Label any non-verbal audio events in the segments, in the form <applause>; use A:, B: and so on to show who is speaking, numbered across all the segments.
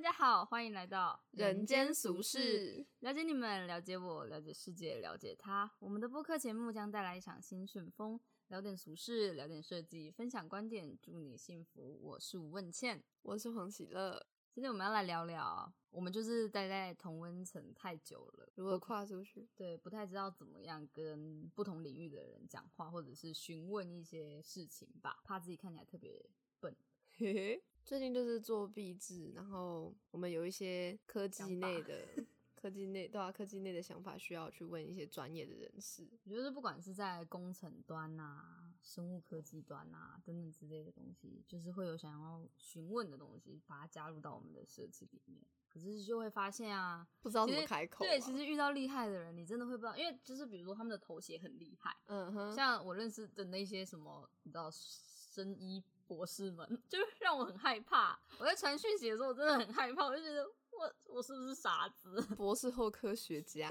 A: 家好，欢迎来到
B: 人间俗事，
A: 了解你们，了解我，了解世界，了解他。我们的播客节目将带来一场新旋风，聊点俗事，聊点设计，分享观点，祝你幸福。我是吴问倩，
B: 我是黄喜乐。
A: 今天我们要来聊聊，我们就是待在同温层太久了，
B: 如何跨出去？ <laughs>
A: 对，不太知道怎么样跟不同领域的人讲话，或者是询问一些事情吧，怕自己看起来特别笨。
B: 嘿嘿，最近就是做壁纸，然后我们有一些科技内的、
A: <laughs>
B: 科技内对啊，科技内的想法需要去问一些专业的人士。
A: 我觉得不管是在工程端啊、生物科技端啊等等之类的东西，就是会有想要询问的东西，把它加入到我们的设计里面。可是就会发现啊，
B: 不知道
A: 其
B: 怎
A: 实
B: 么开口啊、
A: 对，其实遇到厉害的人，你真的会不知道，因为就是比如说他们的头衔很厉害，
B: 嗯哼，
A: 像我认识的那些什么，你知道生医博士们， <laughs> 就让我很害怕。我在传讯息的时候，我真的很害怕，我就觉得我我是不是傻子？ <laughs>
B: 博士后科学家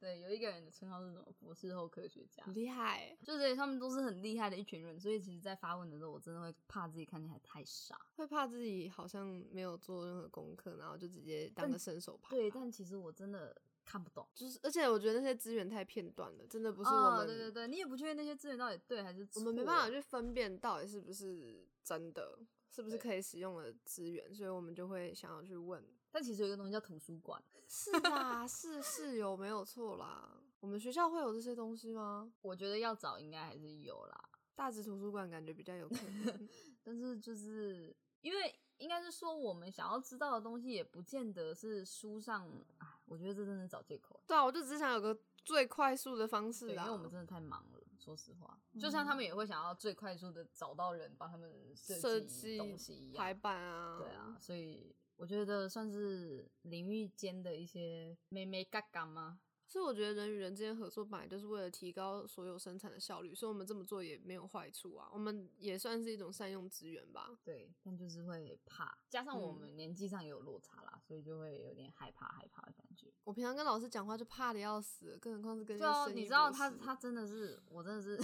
A: 对，有一个人的称号是什么博士后科学家，
B: 很厉害，
A: 就是他们都是很厉害的一群人，所以其实，在发问的时候，我真的会怕自己看起来太傻。
B: 会怕自己好像没有做任何功课，然后就直接当个伸手牌吧。
A: 对，但其实我真的看不懂。
B: 就是，而且我觉得那些资源太片段了，真的不是我们，
A: 哦、对对对，你也不确定那些资源到底对还是错。
B: 我们没办法去分辨到底是不是真的，是不是可以使用的资源，所以我们就会想要去问。
A: 但其实有一个东西叫图书馆，
B: 是啦，是是有没有错啦？我们学校会有这些东西吗？
A: 我觉得要找应该还是有啦，
B: 大直图书馆感觉比较有可能。
A: 但是就是因为应该是说我们想要知道的东西，也不见得是书上。哎，我觉得这真的是找借口。
B: <laughs> 对啊，我就只是想有个最快速的方式
A: 对，因
B: 啦。
A: 为我们真的太忙了，说实话，就
B: 嗯
A: 像他们也会想要最快速的找到人帮他们
B: 设
A: 计
B: 计
A: 东西一样，
B: 排版啊，
A: 对啊，，所以我觉得算是领域间的一些妹妹嘎嘎吗？
B: 所以我觉得人与人之间合作本来就是为了提高所有生产的效率，所以我们这么做也没有坏处啊，我们也算是一种善用资源吧。
A: 对，但就是会怕，加上我
B: 嗯
A: 们年纪上也有落差啦，所以就会有点害怕害怕的感觉。
B: 我平常跟老师讲话就怕的要死，更何况是跟一
A: 对
B: 些
A: 啊，
B: 生意
A: 你知道
B: 博
A: 他
B: 士
A: 他真的是，我真的是，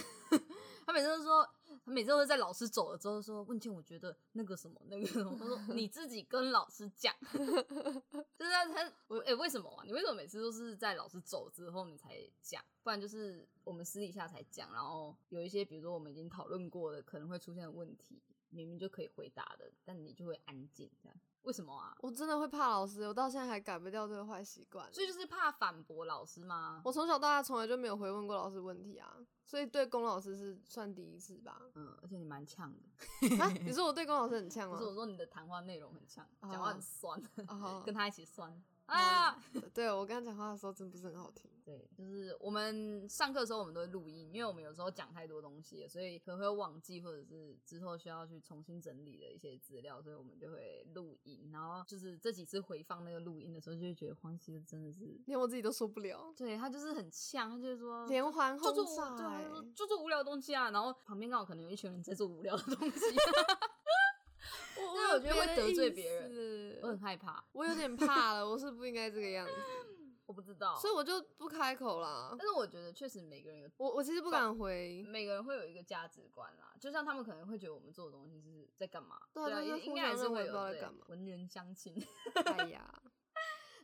A: 他每次都说，他每次都是在老师走了之后说，问倩，我觉得那个什么那个什么，他说你自己跟老师讲， <laughs> 就是他他我哎、为什么啊？你为什么每次都是在老师走之后你才讲？不然就是我们私底下才讲，然后有一些比如说我们已经讨论过的可能会出现的问题，明明就可以回答的，但你就会安静这样，为什么啊？
B: 我真的会怕老师，我到现在还改不掉这个坏习惯。
A: 所以就是怕反驳老师吗？。
B: 我从小到大从来就没有回问过老师问题啊，所以对龚老师是算第一次吧
A: <laughs> 嗯，而且你蛮呛的。
B: 啊，你说我对龚老师很呛
A: 不
B: 吗嗯
A: 是？我说你的谈话内容很像，
B: 哦
A: 讲话很酸，
B: 哦
A: <laughs> 跟他一起酸
B: <laughs>
A: 啊。
B: 对我刚刚讲话的时候真不是很好听。
A: 对，就是我们上课的时候我们都会录音，因为我们有时候讲太多东西了，所以可能会忘记，或者是之后需要去重新整理的一些资料，所以我们就会录音。然后就是这几次回放那个录音的时候，就会觉得黄西真的是，
B: 连我自己都受不了，
A: 对他就是很呛，他啊就是说
B: 连环
A: 就
B: 轰
A: 做无
B: 炸、
A: 对，他啊
B: 欸
A: 就。说就做无聊的东西啊。然后旁边刚好可能有一群人在做无聊的东西， <laughs>
B: 我
A: 因为我觉得会得罪别人
B: 人
A: 我很害怕，
B: 我有点怕了，我是不应该这个样
A: <laughs>
B: 子，
A: 我不知道。
B: 所以我就不开口啦
A: <laughs> 但。是我觉得确实每个人有
B: 我我其实不
A: <laughs>
B: 敢回，
A: 每个人会有一个价值观啦，就像他们可能会觉得我们做的东西是在干嘛，
B: 对啊
A: 啊，
B: 就是
A: 也应
B: 互
A: 该还
B: 相
A: 是
B: 认
A: 会
B: 为
A: 有
B: 不知道在
A: 对
B: 干嘛
A: 文人相亲
B: 哎呀，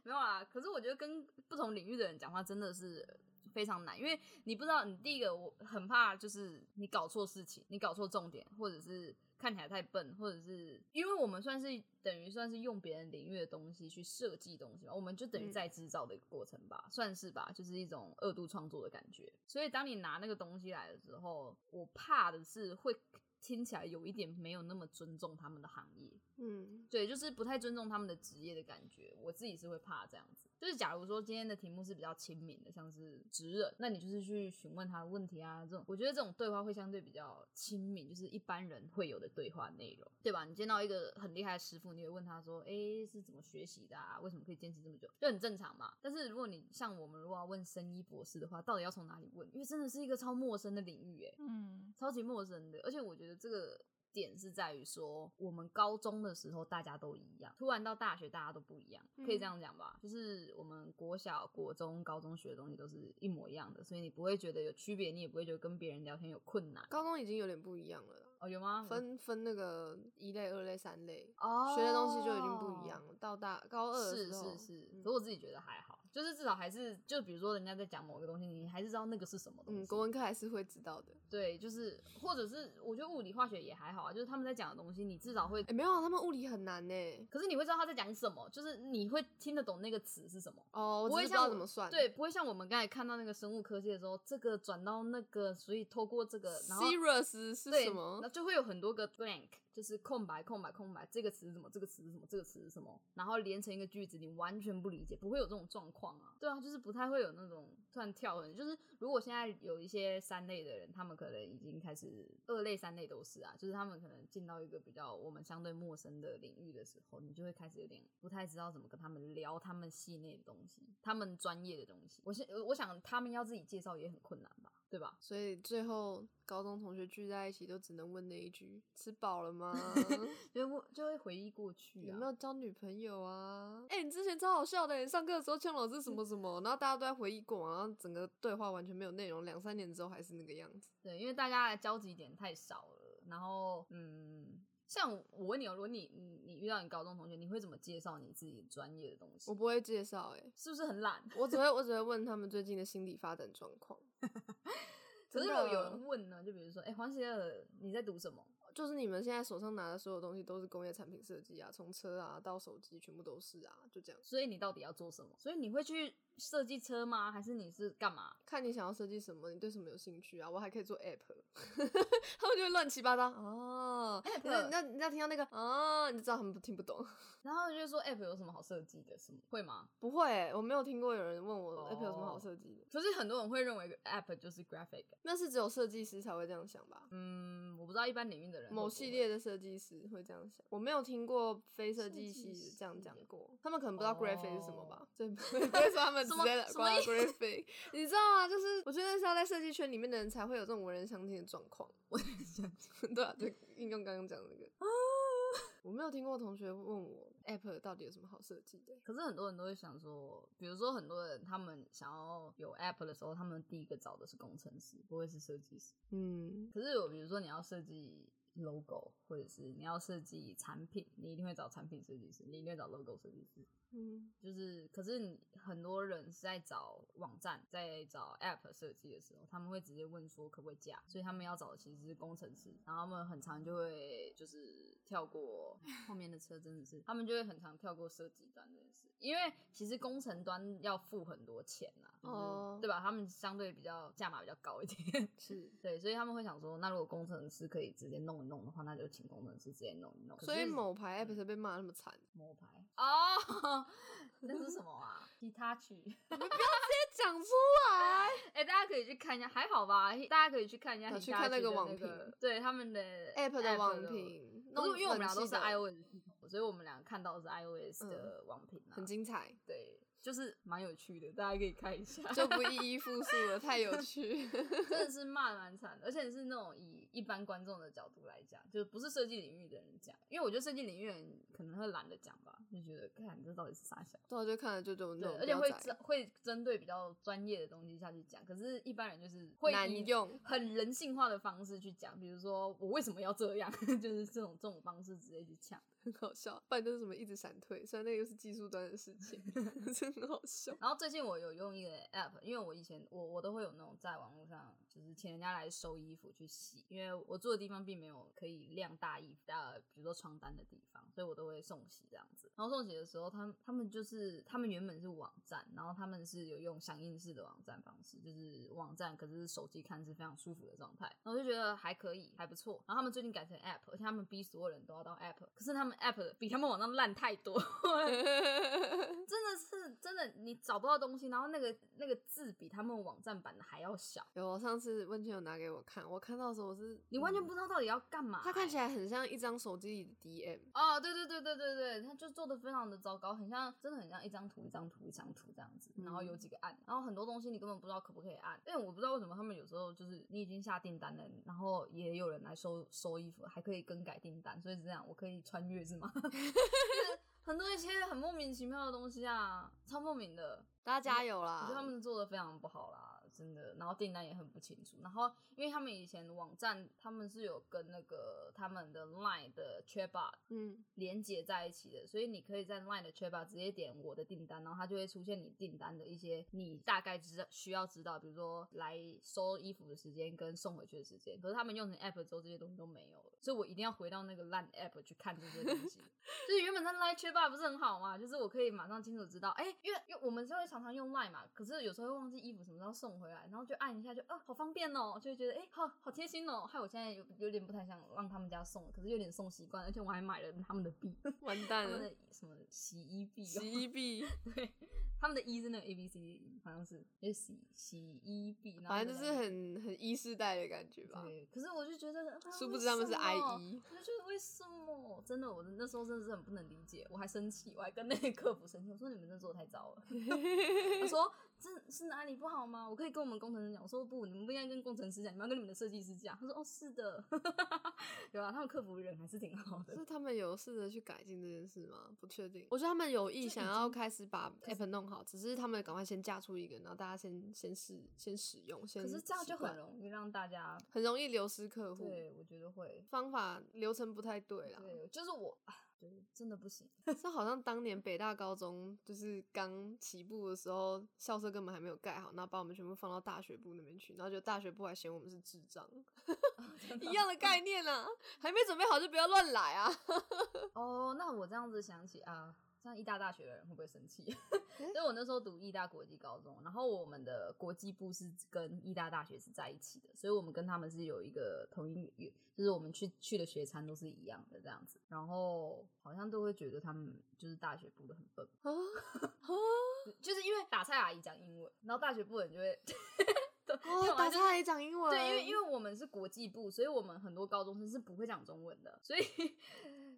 A: 没有啦。可是我觉得跟不同领域的人讲话真的是非常难，因为你不知道，你第一个我很怕就是你搞错事情，你搞错重点，或者是看起来太笨，或者是因为我们算是等于算是用别人领域的东西去设计东西嘛，我们就等于
B: 嗯
A: 再制造的一个过程吧，算是吧，就是一种二度创作的感觉。所以当你拿那个东西来的时候，我怕的是会听起来有一点没有那么尊重他们的行业。
B: 嗯，
A: 对，就是不太尊重他们的职业的感觉，我自己是会怕这样子。就是假如说今天的题目是比较亲民的，像是职人，那你就是去询问他的问题啊，这种我觉得这种对话会相对比较亲民，就是一般人会有的对话内容，对吧？你见到一个很厉害的师傅，你会问他说，诶，是怎么学习的啊？为什么可以坚持这么久？就很正常嘛。但是如果你像我们如果要问生医博士的话，到底要从哪里问？因为真的是一个超陌生的领域、欸，
C: 嗯，
A: 超级陌生的，而且我觉得这个点是在于说，我们高中的时候大家都一样，突然到大学大家都不一样，可以
B: 嗯
A: 这样讲吧？就是我们国小、国中、高中学的东西都是一模一样的，所以你不会觉得有区别，你也不会觉得跟别人聊天有困难
B: 高中已经有点不一样了啦。
A: 哦？有吗？
B: 分分那个一类、二类、三类，
A: 哦，
B: 学的东西就已经不一样长到大高二的
A: 是
B: 时候
A: 是是，
B: 嗯
A: 可我自己觉得还好，就是至少还是就比如说人家在讲某个东西，你还是知道那个是什么东西。
B: 嗯，国文课还是会知道的。
A: 对，就是或者是我觉得物理化学也还好啊，就是他们在讲的东西，你至少会
B: 哎、，没有啊，他们物理很难呢、
A: 可是你会知道他在讲什么，就是你会听得懂那个词是什么。
B: 哦，
A: 不
B: 我
A: 会
B: 只是不知
A: 像
B: 道
A: 我
B: 怎么算。
A: 对，不会像我们刚才看到那个生物科技的时候，这个转到那个，所以透过这个，然后
B: ，serious 是
A: 对
B: 什么
A: 那？就会有很多个 blank，就是空白、空白、空白，这个词是什么？这个词是什么？这个词是什么？然后连成一个句子，你完全不理解，不会有这种状况啊。对啊，就是不太会有那种突然跳的，就是如果现在有一些三类的人，他们可能已经开始二类、三类都是啊，就是他们可能进到一个比较我们相对陌生的领域的时候，你就会开始有点不太知道怎么跟他们聊他们系内的东西，他们专业的东西。我是我想他们要自己介绍也很困难吧，对吧？
B: 所以最后高中同学聚在一起，都只能问那一句：吃饱了 <laughs> 吗？
A: 就会就会回忆过去、啊，
B: 有没有交女朋友啊？哎、你之前超好笑的，你上课的时候呛老师什么什么，然后大家都在回忆过往，然后整个对话完全没有内容，两三年之后还是那个样子。
A: 对，因为大家的交集点太少了。然后，嗯，像我问你哦，如果你你你遇到你高中同学，你会怎么介绍你自己专业的东西
B: 我？不会介绍，哎，
A: 是不是很
B: <laughs>
A: 懒？
B: 我只会我只会问他们最近的心理发展状况。
A: 可
B: 真
A: 是如果
B: 的啊
A: 有人问呢，就比如说，哎、黄喜儿，你在读什么？
B: 就是你们现在手上拿的所有东西都是工业产品设计啊，从车啊到手机全部都是啊，就这样。
A: 所以你到底要做什么？所以你会去设计车吗？还是你是干嘛？
B: 看你想要设计什么，你对什么有兴趣啊？我还可以做 app，他们就会乱七八糟哦。
A: App
B: 那那那听到那个哦，你就知道他们不听不懂。 <laughs>
A: 然后就说 app 有什么好设计的？什么会吗？
B: 不会欸、我没有听过有人问我
A: 哦
B: app 有什么好设计的。
A: 可是很多人会认为 app 就是 graphic。啊
B: 那是只有设计师才会这样想吧？
A: 嗯，我不知道一般领域的人会
B: 某
A: 不
B: 系
A: 会
B: 列的设计师会这样想，我没有听过非设
A: 设
B: 计系
A: 计
B: 的这样讲
A: 师
B: 过，他们可能不知道 graphic 是什么
A: 哦
B: 吧，所以 <laughs> 不会不会说他们直
A: 什么
B: 接
A: 什么
B: 挂
A: 意 <laughs>
B: graphic。你知道吗？就是我觉得是要在设计圈里面的人才会有这种文人相听的状况。
A: 我在想
B: 对啊，就应用刚刚讲的那
A: 啊
B: 个。我没有听过同学问我 app 到底有什么好设计的，
A: 可是很多人都会想说，比如说很多人他们想要有 app 的时候，他们第一个找的是工程师，不会是设计师。
B: 嗯，
A: 可是有比如说你要设计 logo，或者是你要设计产品，你一定会找产品设计师，你一定会找 logo 设计师。
B: 嗯，
A: 就是，可是你很多人是在找网站，在找 app 设计的时候，他们会直接问说可不可以加，所以他们要找的其实是工程师，然后他们很常就会就是跳过后面的车，真的是他们就会很常跳过设计端这件事，因为其实工程端要付很多钱呐、就是
B: 哦
A: 对吧？他们相对比较价码比较高一点， <laughs>
B: 是。
A: 对，所以他们会想说，那如果工程师可以直接弄一弄的话，那就请工程师直接弄一弄。可
B: 所以
A: 是嗯
B: 某牌 app 才被骂那么惨，
A: 摸牌哦， <laughs> 那是什么啊？吉他曲。
B: 直接讲出来。
A: <laughs> 哎、大家可以去看一下，还好吧？大家可以去看一下
B: 啊
A: 你
B: 去
A: 大家
B: 看那
A: 觉
B: 个
A: 得
B: 网
A: 那个
B: 评
A: 对他们的
B: app 的网
A: 的。
B: 评，
A: 不过因为我们俩都是
B: 冷气的嗯
A: iOS 系统，所以我们俩看到的是 iOS 的网评啊，
B: 很精彩，
A: 对，就是蛮有趣的，大家可以看一下。 <laughs>
B: 就不一一复述了，太有趣。
A: 真的是骂得蛮惨的，而且是那种以一般观众的角度来讲，就不是设计领域的人讲，因为我觉得设计领域的人可能会懒得讲吧，就觉得看这到底是啥小。
B: 对啊，就看了就这种那
A: 对，
B: 种
A: 而且
B: 标
A: 会
B: 仔
A: 针会针对比较专业的东西下去讲，可是一般人就是会
B: 难
A: 以
B: 用
A: 很人性化的方式去讲，比如说我为什么要这样， <laughs> 就是这种这种方式直接去抢。
B: 很好笑，不然就是什么一直闪退，虽然那个又是技术端的事
A: <laughs>
B: 情，真的很好笑。
A: 然后最近我有用一个 app，因为我以前我我都会有那种在网络上就是请人家来收衣服去洗，因为我住的地方并没有可以晾大衣服、大比如说床单的地方，所以我都会送洗这样子。然后送洗的时候，他们他们就是他们原本是网站，然后他们是有用响应式的网站方式，就是网站可是手机看是非常舒服的状态，然后我就觉得还可以，还不错。然后他们最近改成 app，而且他们逼所有人都要到 app，可是他们 app 的比他们网站烂太多。真的是真的，你找不到东西，然后那个那个字比他们网站版的还要小，
B: 有，我上次问圈有拿给我看，我看到的时候我是
A: 你完全
B: 嗯
A: 不知道到底要干嘛、
B: 它看起
A: 来。
B: 来很像一张手机里的 DM，
A: 哦，对对对对对对，他就做的非常的糟糕，很像，真的很像一张图一张图一张图这样子，然后有几个按，然后很多东西你根本不知道可不可以按，因为我不知道为什么他们有时候就是你已经下订单了，然后也有人来收收衣服，还可以更改订单，所以是这样，我可以穿越是吗？ <laughs> 很多一些很莫名其妙的东西啊，超莫名的，
B: 大家加油啦！
A: 我觉得他们做的非常不好啦，真的。然后订单也很不清楚，然后因为他们以前网站他们是有跟那个他们的 Line 的 Chatbot
B: 嗯，
A: 连接在一起的，所以你可以在 Line 的 Chatbot 直接点我的订单，然后它就会出现你订单的一些你大概知道需要知道，比如说来收衣服的时间跟送回去的时间。可是他们用成 App 之后，这些东西都没有了，所以我一定要回到那个烂 App 去看这些东西。就是原本在 Line Chatbot 不是很好嘛，就是我可以马上清楚知道，哎、因为因为我们是会常常用 Line 嘛，可是有时候会忘记衣服什么时候送回来，然后就按一下就啊好方便哦，就会觉得哎、好好贴心哦，害我现在有有点不太想让他们家送，可是有点送习惯，而且我还买了他们的币，
B: 完
A: 他
B: 蛋
A: 们
B: 了
A: 的，什么洗衣币、哦，
B: 嗯洗衣币，
A: 对，他们的一、是那个 A B C D，好像是就是洗洗衣币， <laughs> 然后
B: 反正
A: 那
B: 就
A: 个
B: 是很很一世代的感觉吧。
A: 对，可是我就觉得，啊
B: 殊不知他们是 I。
A: 为什么
B: E，
A: 我就觉得为什么？真的，我那时候真的是很不能理解，我还生气，我还跟那个客服生气，我说你们真的做的太糟 <laughs> 了。
B: E
A: 他说这是哪里不好吗？我可以跟我们工程师讲。我说不，你们不应该跟工程师讲，你们要跟你们的设计师讲。他说哦，是的， <laughs> 有啊，他们客服人还是挺好 <laughs> 的
B: 是。他们有试着去改进这件事吗？不确定。我觉得他们有意
A: 就
B: 想
A: 已
B: 要
A: 经
B: 开始把
A: 是
B: app 弄好，只是他们赶快先架出一个，然后大家先先试、先使用，先
A: 可是这样
B: 习
A: 就很
B: 惯
A: 容易让大家，
B: 很容易流失客户。
A: 对我觉得会，
B: 方法流程不太对啦，
A: 对，就是我，啊对，真的不行。
B: 这好像当年北大高中就是刚起步的时候，校舍根本还没有盖好，然后把我们全部放到大学部那边去，然后就大学部还嫌我们是智障， <laughs> 一哦样的概念啦、还没准备好就不要乱来 <laughs> 啊！
A: 哦，那我这样子想起啊，这样义大大学的人会不会生气？ <laughs> 因为我那时候读义大国际高中，然后我们的国际部是跟义大大学是在一起的，所以我们跟他们是有一个同一语，就是我们去去的学餐都是一样的这样子，然后好像都会觉得他们就是大学部的很笨，
B: 啊 <laughs>
A: 就是因为打菜阿姨讲英文，然后大学部的人就会。 <laughs> 对因为
B: 哦，
A: 我还
B: 打
A: 就是
B: 岔还讲英文，
A: 对，因为因为我们是国际部，所以我们很多高中生是不会讲中文的，所 <laughs> 以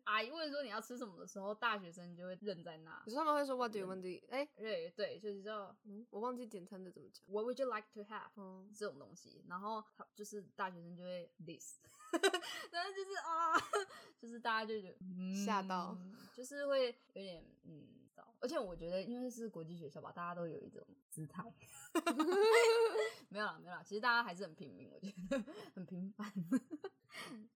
A: 阿姨问说你要吃什么的时候，大学生就会愣在那
B: 你。说他们会说 What do you
A: 嗯
B: want to？eat？哎、
A: 对对，就是叫
B: 嗯，我忘记点餐的怎么讲。
A: What would you like to have？
B: 哦，
A: 这种东西，然后他就是大学生就会 <laughs> this，然后就是啊， <laughs> 就是大家就觉得嗯
B: 吓到
A: 就是会有点嗯，糟而且我觉得因为是国际学校吧，大家都有一种姿态， <laughs> 没有啦没有啦，其实大家还是很平民，我觉得很平凡。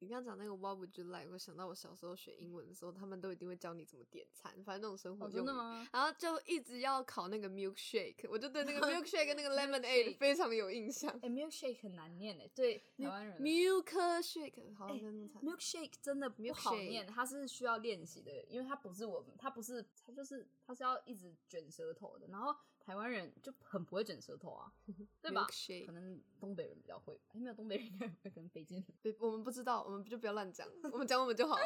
B: 你刚刚讲那个 What would you like？我想到我小时候学英文的时候，他们都一定会教你怎么点餐，反正那种生活
A: 哦真
B: 用语。
A: 的吗？
B: 然后就一直要考那个 milkshake，我就对那
A: <laughs>
B: 个 milkshake 跟那个 lemonade
A: Milkshake
B: 非常有印象。
A: 哎、m i l k shake 很难念诶，对台湾人来
B: milkshake 好像
A: 哎
B: 真的那么惨。
A: Milkshake 真的不好
B: Milkshake
A: 念，它是需要练习的，因为它不是我们，它不是，它就是它是要一直卷舌头的。然后台湾人就很不会卷舌头
B: <laughs>
A: 啊，对吧
B: Milkshake
A: 可能东北人比较会，哎，没有东北人应该不会，可能北京人
B: 对，我们不知道，我们就不要乱讲，我们讲我们就好。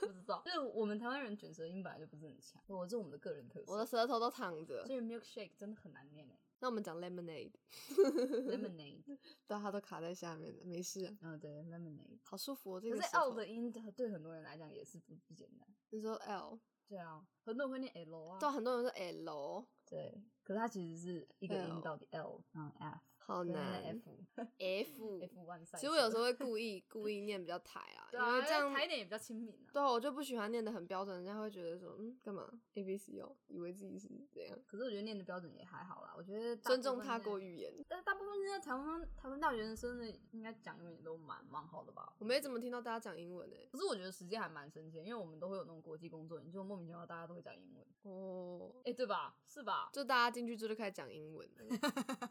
A: 不知道。 <laughs> 就是我们台湾人卷舌音本来就不是很强，我这是我们的个人特
B: <laughs> 我的
A: 色。
B: 舌头都躺着
A: 所。以 Milkshake 真的很难念
B: <laughs>
A: 哎
B: 那我们讲 lemonade，
A: ，Lemonade，
B: 对，啊它都卡在下面了，没事啊，
A: 嗯、对，Lemonade。
B: 好舒服哦。这
A: 可
B: 个
A: 是
B: 舌
A: L
B: 头
A: 的音对很多人来讲也是不不简单。
B: 你说 L，
A: 对啊，很多人会念 L 啊。
B: 对，很多人说 L，
A: 对，可是它其实是一个
B: L
A: 音到底 L，然后 F，
B: 哦
A: 嗯
B: 好
A: 对它的
B: 难。
A: F，F
B: F，
A: one 赛车。
B: 其实我有时候会故意故意念比较台
A: <laughs>
B: 啊，
A: 对
B: 因
A: 啊，
B: 为这样
A: 台一点也比较亲民啊。
B: 对啊，我就不喜欢念的很标准，人家会觉得说，嗯，干嘛 A B C 哦，以为自己是这样，
A: 可是我觉得念的标准也还好啦，我觉得大
B: 尊
A: 部
B: 重
A: 分
B: 他
A: 的
B: 国。语言。
A: 但大部分现在台湾台湾大学生的应该讲英语都蛮蛮好的吧？
B: 我没怎么听到大家讲英文诶、欸
A: 可是我觉得时间还蛮神奇的，因为我们都会有那种国际工作营，就莫名其妙大家都会讲英文，
B: 哦，
A: 哎、对吧？是吧？
B: 就大家进去之后就开始讲英文了，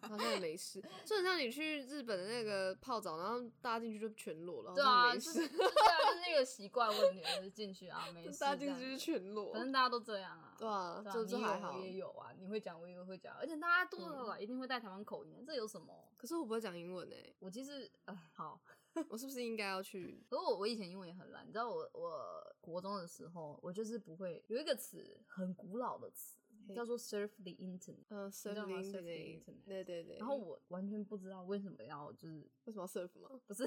B: 好像也
A: <laughs>
B: 没事。就很像你去日本的那个泡澡，然后大家进去就全裸了，好
A: 对
B: 像
A: 啊，就
B: 没事
A: 是。对啊，就是一个习惯问题，就是进去
B: <laughs>
A: 啊，没
B: 就
A: 事这
B: 大家
A: 样。
B: 进去就是全裸
A: 反，正大家都这样啊。
B: 对啊，
A: 对啊
B: 就
A: 你
B: 就
A: 有
B: 还好嗯
A: 我。也有啊，你会讲，我也会讲，而且大家多多少少一定会带台湾口音啊，这有什么？
B: 可是我不会讲英文诶、欸
A: 我其实呃好，
B: 我是不是应该
A: <laughs>
B: 要去？
A: 可是我我以前英文也很烂，你知道我我国中的时候，我就是不会有一个词很古老的词
B: 嘿
A: 叫做 surf the internet，
B: 呃
A: 道吗
B: ，surf the
A: surf the
B: internet，
A: internet
B: 对对对。
A: 然后我完全不知道为什么要就是
B: 为什么要 surf 吗？
A: 不是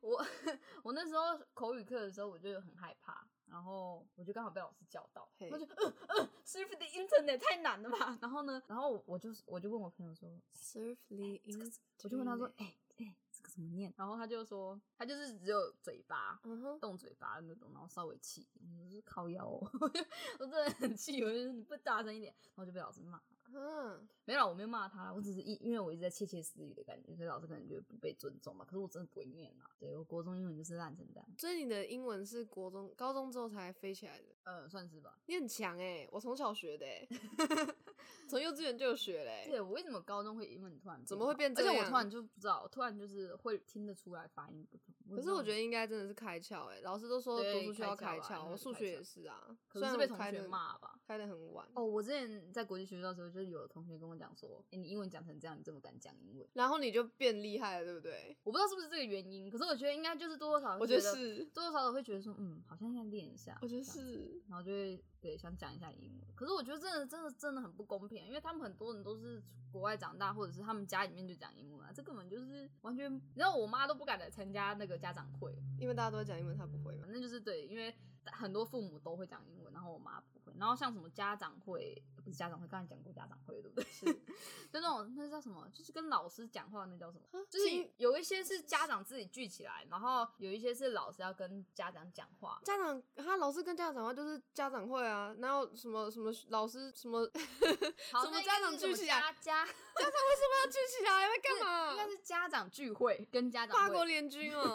A: 我 <laughs> 我那时候口语课的时候我就很害怕，然后我就刚好被老师叫到，
B: 嘿
A: 我就嗯嗯 surf the internet 太难了吧，然后呢，然后我我就我就问我朋友说
B: Surf the <laughs>
A: 这个我就问他说：“哎、哎、这个怎么念？”然后他就说：“他就是只有嘴巴
B: 嗯哼，
A: 动嘴巴的那种，然后稍微 <laughs> 气。”我就是靠腰、哦，我就我真的很气，我就是你不大声一点，然后就被老师骂。
B: 嗯，
A: 没有啦，我没有骂他啦，我只是一因为我一直在窃窃私语的感觉，所以老师可能觉得不被尊重吧。可是我真的不会念啦，对我国中英文就是烂成这样，
B: 所以你的英文是国中、高中之后才飞起来的，
A: 呃，算是吧。
B: 你很强哎、我从小学
A: <laughs>
B: 的哎、从幼稚园就有学嘞、
A: 对我为什么高中会英文突然
B: 怎么会变
A: 好
B: 这
A: 而且我
B: 样
A: 突然就不知道，突然就是会听得出来发音不同。
B: 可是我觉得应该真的是开窍哎、老师都说
A: 对
B: 读书需要
A: 开窍
B: 开
A: 吧
B: 窍，
A: 应该
B: 我
A: 是
B: 数
A: 开
B: 学
A: 窍
B: 也是啊，
A: 可
B: 虽
A: 能
B: 然
A: 是被
B: 我
A: 同
B: 开
A: 学
B: 得
A: 骂吧。
B: 开的很晚。
A: 哦，我之前在国际学校的时候，就是有同学跟我讲说，哎、你英文讲成这样，你怎么敢讲英文？
B: 然后你就变厉害了，对不对？
A: 我不知道是不是这个原因，可是我觉得应该就是多多少少会
B: 我觉得
A: 得
B: 是，
A: 多多少少会觉得说，嗯，好像要练一下，
B: 我觉得
A: 这样子，
B: 是，
A: 然后就会对想讲一下英文。可是我觉得真的真的真的很不公平，因为他们很多人都是国外长大，或者是他们家里面就讲英文啊，这根本就是完全，你知道我妈都不敢来参加那个家长会，
B: 因为大家都在讲英文，他不会嘛
A: 反。正就是对，因为很多父母都会讲英文，然后我妈不会，然后像什么家长会，不是家长会，刚才讲过家长会，对不对？是， <laughs> 就那种那叫什么，就是跟老师讲话那叫什么？就是
B: 啊听
A: 有一些是家长自己聚起来，然后有一些是老师要跟家长讲话。
B: 家长他老师跟家长讲话就是家长会啊，然后什么什么老师什么
A: 好，
B: 什么
A: 那应
B: 家
A: 该
B: 长
A: 是
B: 聚
A: 什么
B: 起来
A: 家家
B: <laughs> 家长为什么要聚起来？要
A: <laughs>
B: 干嘛？
A: 应该是家长聚会跟家长
B: 法国
A: 会，
B: 联军哦，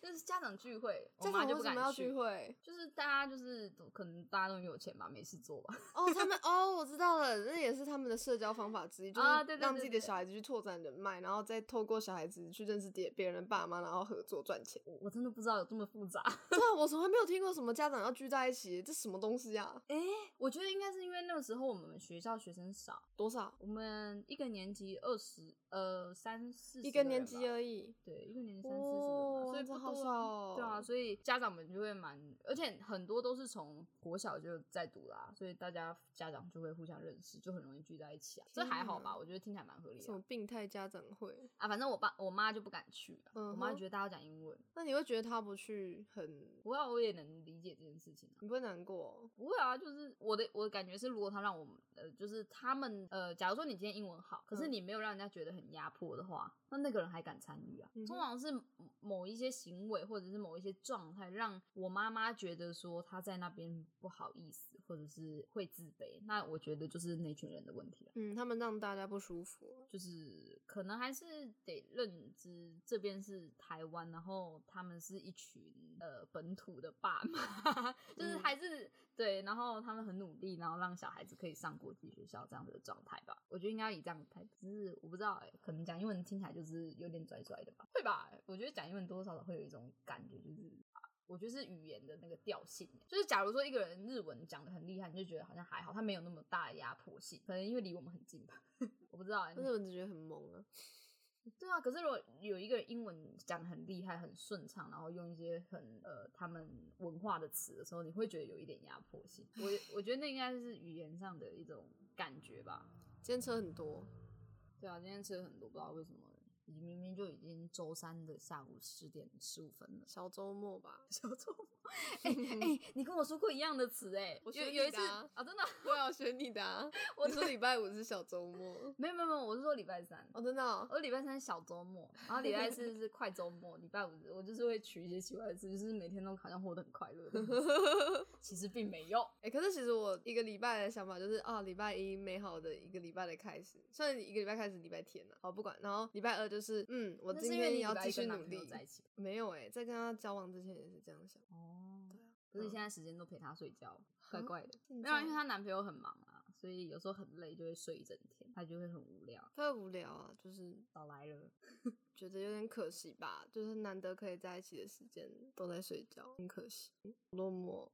A: 就是家长聚会， <laughs> 我
B: 家
A: 妈
B: 长
A: 就
B: 为
A: 不
B: 什
A: 敢
B: 么要
A: 去 <laughs>
B: 聚？会？
A: 就是大家就是可能大家都很有钱吧，没事做吧。
B: 哦，他们哦，我知道了，那也是他们的社交方法之一，就
A: 啊对
B: 是
A: 对
B: 让
A: 对
B: 自己的
A: 对
B: 小孩子去拓展人脉，然后再透过小孩子去认识别别人的爸妈，然后合作赚钱。 <laughs>
A: 我我真的不知道有这么复杂。
B: 对啊，我从来没有听过什么家长要聚在一起，这什么东西啊？
A: 哎、我觉得应该是因为那个时候我们学校学生少，
B: 多少？
A: 我们一个年级二十呃三四十
B: 一个
A: 人
B: 年
A: 吧
B: 级而已。
A: 对，一个年级三四十人吧，
B: 哦
A: 所以
B: 这
A: 不
B: 好
A: 多
B: 少
A: 啊
B: 哦
A: 对啊，所以家长们就会蛮，而且很多都是从国小就在读啦，所以大家家长就会互相认识，就很容易聚在一起啊。这
B: 天
A: 还好
B: 哪
A: 吧？我觉得听起来蛮合理
B: 什
A: 的
B: 么
A: 啊
B: 病态家长会？
A: 啊。反正我爸我妈就不敢去啊，我妈
B: 嗯哼
A: 觉得大家都讲英文，
B: 那你会觉得他不去很，
A: 不过我也能理解这件事情啊。
B: 你不会难过？哦
A: 不会啊，就是我的我的感觉是，如果他让我们呃，就是他们呃，假如说你今天英文好，可是
B: 嗯
A: 你没有让人家觉得很压迫的话，那那个人还敢参与啊。
B: 嗯哼
A: 通常是某某一些行为或者是某一些状态，让我妈妈觉得说她在那边不好意思，或者是会自卑。那我觉得就是那群人的问题啊。
B: 嗯，他们让大家不舒服。哦
A: 就是可能还是得认知这边是台湾，然后他们是一群呃本土的爸妈， <laughs> 就是
B: 嗯
A: 还是、对，然后他们很努力，然后让小孩子可以上国际学校这样子的状态吧。我觉得应该要以这样的态度，只是我不知道哎、可能讲英文听起来就是有点拽拽的吧，会吧？我觉得讲英文多多少少会有一种感觉，就是。啊我觉得是语言的那个调性，欸就是假如说一个人日文讲的很厉害，你就觉得好像还好，他没有那么大的压迫性，可能因为离我们很近吧， <laughs> 我不知道、欸。
B: 但是我只觉得很萌啊。
A: 对啊，可是如果有一个人英文讲的很厉害、很顺畅，然后用一些很呃他们文化的词的时候，你会觉得有一点压迫性。我我觉得那应该是语言上的一种感觉吧。
B: 今天车很多，
A: 对啊，今天吃了很多，不知道为什么，明明就已经周三的下午十点十五分了。。
B: 小周末吧
A: 小周
B: <laughs>
A: 末，哎、哎、你跟我说过一样的词哎、
B: 我
A: 有
B: 学
A: 有
B: 你
A: 一次
B: 的啊
A: 啊，真的啊
B: 对啊，我选你的、
A: <laughs>
B: 啊。
A: 我
B: 我说礼拜五是小周末。
A: 没有没有没有，我是说礼拜三，
B: 哦，真的、哦。
A: 我礼拜三小周末，然后礼拜四是快周末，礼拜五我就是会取一些奇怪的字，就是每天都好像活得很快乐的样子， <laughs> 其实并没有。
B: 哎、可是其实我一个礼拜的想法就是啊，礼拜一美好的一个礼拜的开始，虽然一个礼拜开始礼拜天了、啊好不管，然后礼拜二就是嗯，我
A: 那
B: 今
A: 是因为
B: 天
A: 你
B: 也要
A: 礼拜
B: 继
A: 一跟
B: 续
A: 男
B: 努
A: 朋友
B: 力。
A: 在一起吧
B: 没有哎、在跟他交往之前也是这样想。
A: 哦，
B: 对啊，
A: 可是
B: 嗯
A: 现在时间都陪她睡觉，怪怪的。
B: 现
A: 没有啊，因为
B: 在
A: 她男朋友很忙啊，所以有时候很累就会睡一整天，她就会很无聊。
B: 太无聊啊，就是
A: 早来了，
B: 觉得有点可惜吧，就是难得可以在一起的时间都在睡觉，很可惜，落寞。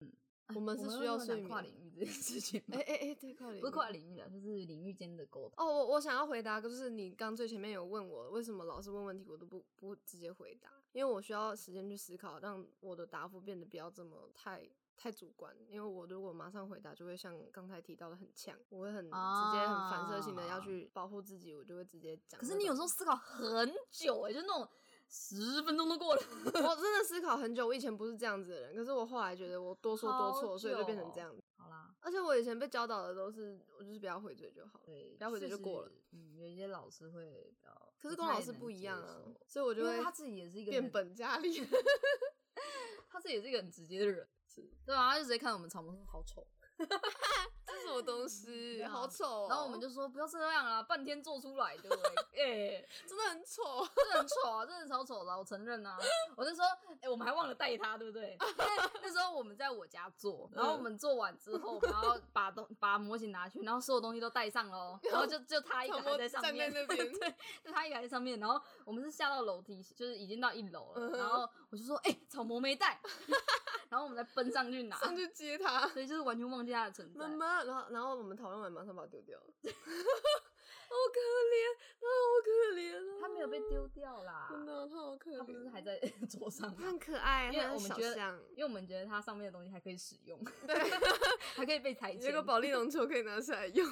B: 嗯
A: 哎
B: 我们是需要
A: 会讲
B: 睡
A: 跨
B: 眠
A: 领域这件事情吗
B: 哎？哎哎，对，跨领
A: 不是
B: 域
A: 跨领域啊，就是领域间的沟通。
B: 哦，我我想要回答，就是你刚最前面有问我为什么老是问问题，我都不不直接回答，因为我需要时间去思考，让我的答复变得不要这么太太主观。因为我如果马上回答，就会像刚才提到的很呛，我会很直接、很反射性的要
A: 啊
B: 去保护自己，我就会直接讲那种。
A: 可是你有时候思考很久哎、就那种十分钟都过了。
B: 我真的思考很久，我以前不是这样子的人，可是我后来觉得我多说
A: 好
B: 多错，所以就变成
A: 久
B: 这样子。
A: 好啦，
B: 而且我以前被教导的都是，我就是不要回嘴就好了。
A: 对，
B: 不要回嘴就过了
A: 是。嗯，有一些老师会比较，
B: 可是
A: 不
B: 跟我
A: 太
B: 老师
A: 能
B: 不一
A: 接
B: 样啊
A: 受，
B: 所以我就
A: 因为
B: 会
A: 他自己也是一个
B: 变
A: 很
B: 本加 <laughs> 厉。
A: 他自己也是一个很直接的人，对啊，他就直接看我们草莓说好丑，
B: <laughs> 这是什么东西？好丑、哦！
A: 然后我们就说不要这样啦，半天做出来的、 <laughs> 欸，哎、
B: 真的很丑。
A: 这很丑啊，真的超丑的啊、我承认啊。我就说，哎、我们还忘了带他，对不对？ <laughs> 因为那时候我们在我家做，然后我们做完之后，然后把东把模型拿去，然后所有东西都带上喽，然后就就他一个
B: 哦小
A: 还
B: 莫
A: 在上
B: 站在
A: 面，
B: 那边， <laughs>
A: 就他一个还在上面，然后我们是下到楼梯，就是已经到一楼
B: 嗯
A: 了，然后我就说，哎、草模没
B: <laughs>
A: 带，然后我们再奔上去拿，
B: 上去接他。
A: 所以就是完全忘记他的存在
B: <laughs> 妈。妈，然后然后我们讨论完，马上把它丢 <laughs> 掉，好可怜，他好可怜啊！
A: 他没有被丢掉啦，
B: 真的，他好可怜，哦
A: 他不是还在 <laughs> 桌上
B: 他
A: 吗？
B: 很可爱，
A: 因为
B: 他
A: 我
B: 是
A: 们
B: 小
A: 觉得
B: 象，
A: 因为我们觉得它上面的东西还可以使用，
B: 对，
A: 还可以被裁
B: 结
A: 切
B: 果，保利龙球可以拿下来 <laughs> 用，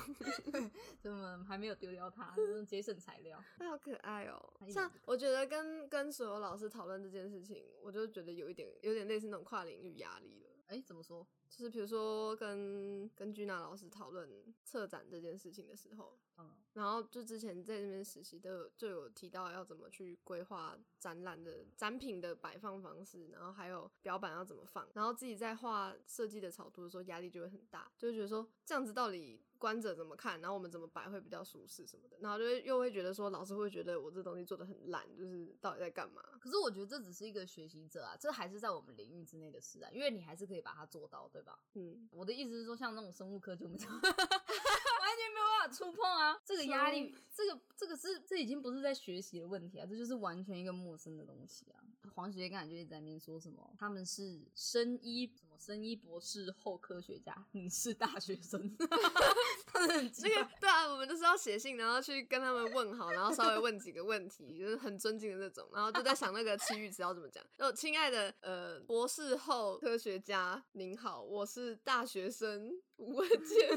A: 所以我们还没有丢掉它，就是节省材料。
B: 他好可爱哦
A: 他。一点
B: 像
A: 都不
B: 我觉得跟跟所有老师讨论这件事情，我就觉得有一点有点类似那种跨领域压力了。
A: 哎、怎么说？
B: 就是比如说跟跟居娜老师讨论策展这件事情的时候，
A: 嗯，
B: 然后就之前在那边实习都有就有提到要怎么去规划展览的展品的摆放方式，然后还有表板要怎么放，然后自己在画设计的草图的时候压力就会很大，就会觉得说这样子到底观者怎么看，然后我们怎么摆会比较舒适什么的，然后就会又会觉得说老师会觉得我这东西做的很烂，就是到底在干嘛？
A: 可是我觉得这只是一个学习者啊，这还是在我们领域之内的事啊，因为你还是可以把它做到，对吧？
B: 嗯，
A: 我的意思是说，像那种生物科技，我们完全没有 <laughs> 办法触碰啊，这个压力，这个这个是这已经不是在学习的问题啊，这就是完全一个陌生的东西啊。黄学姐刚才就一直在那边说什么，他们是生医什么生医博士后科学家，你是大学生， <laughs> 他们很
B: 这
A: 这
B: 个
A: <laughs>
B: 对啊，我们就是要写信，然后去跟他们问好，然后稍微问几个问题，就是很尊敬的那种，然后就在想
A: <laughs>
B: 那个期语词要怎么讲。哦，亲爱的，呃，博士后科学家您好，我是大学生吴文健， <laughs> 就是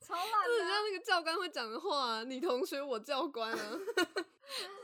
A: 超烂的啊、
B: 像那个教官会讲的话、啊你同学我教官啊， <laughs> 这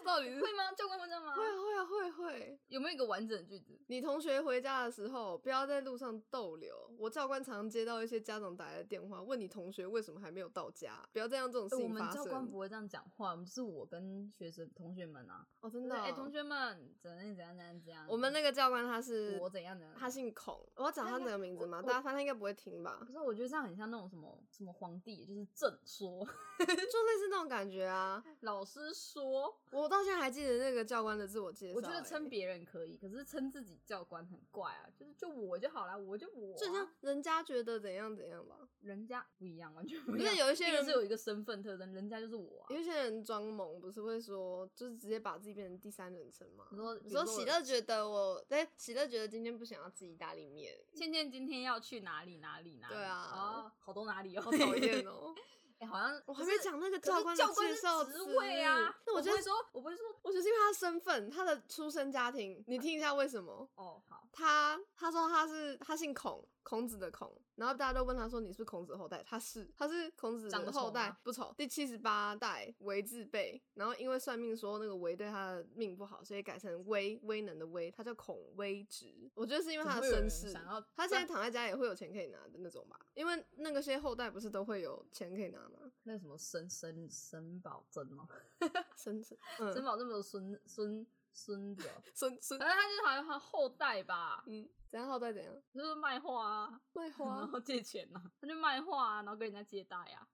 B: 到底
A: <laughs>
B: 是
A: 会吗？教官会这样吗
B: 会？啊会啊会会。
A: 有没有一个完整的句子？
B: 你同学回家的时候，不要在路上逗留。我教官常接到一些家长打来的电话，问你同学为什么还没有到家，不要再让这种事
A: 欸我
B: 情
A: 们
B: 发生。
A: 教官不会这样讲话，我们就是我跟学生同学们啊，
B: 哦，真
A: 就
B: 的、
A: 是
B: 哦，
A: 哎、同学们怎样怎样怎样怎样，
B: 我们那个教官他是
A: 我怎样怎样，
B: 他姓孔，我要讲他整个名字吗？
A: 我
B: 大家反正应该不会听吧 <laughs>
A: 不，是，我觉得这样很像那种什么什么皇帝，就是正说， <laughs>
B: 就类似那种感觉 <laughs> 啊。
A: 老师说，
B: 我到现在还记得那个教官的自我介绍、
A: 我觉得称
B: 欸
A: 别人可以，可是称自己教官很怪啊，就是就我就好啦，我就我啊、
B: 就像人家觉得怎样怎样吧。
A: 人家不一样，完全不
B: 不
A: 一
B: 是
A: 样。
B: 有一些人
A: 是有一个身份特征，人家就是我、啊
B: 有。一些人装萌，不是会说就是直接把自己变成第三人称吗？
A: 你说，
B: 比如说喜
A: 乐，
B: 乐觉得我，对，喜乐觉得今天不想要吃意大利 <laughs> 面，
A: 倩倩今天要去哪里哪里哪里？
B: 对啊
A: 哦，好多哪里哦，
B: 好
A: <laughs>
B: 讨厌哦！
A: 哎、好像
B: 我还
A: 可
B: 没
A: 是
B: 讲那个
A: 可是
B: 教官的
A: 教官
B: 介
A: 是
B: 绍
A: 职位啊
B: 词。那我
A: 我
B: 觉
A: 不
B: 得
A: 会说，我不会说，呃
B: 我觉得是因为他的身份，他的出生家庭，你听一下为什么？
A: 哦，好，
B: 他他说他是他姓孔，孔子的孔，然后大家都问他说你是不是孔子的后代？他是，他是孔子
A: 长得
B: 的
A: 丑
B: 后代
A: 吗，
B: 不丑。第七十八代韦字辈，然后因为算命说那个韦对他的命不好，所以改成威威能的威，他叫孔威直。我觉得是因为他的身世
A: 怎么会有人想要，
B: 他现在躺在家也会有钱可以拿的那种吧？因为那个些后代不是都会有钱可以拿吗？
A: 那个什么神神神保证吗？ <laughs>
B: 孙子，
A: 神
B: 嗯，
A: 保证没有孙孙孙子哦， <laughs>
B: 孙孙
A: 反，正他就是好像他后代吧，
B: 嗯，怎样后代怎样？
A: 就是卖画啊，
B: 卖
A: 然 <laughs>
B: 花？
A: 后借钱呐、他就卖画啊，然后跟人家借贷啊。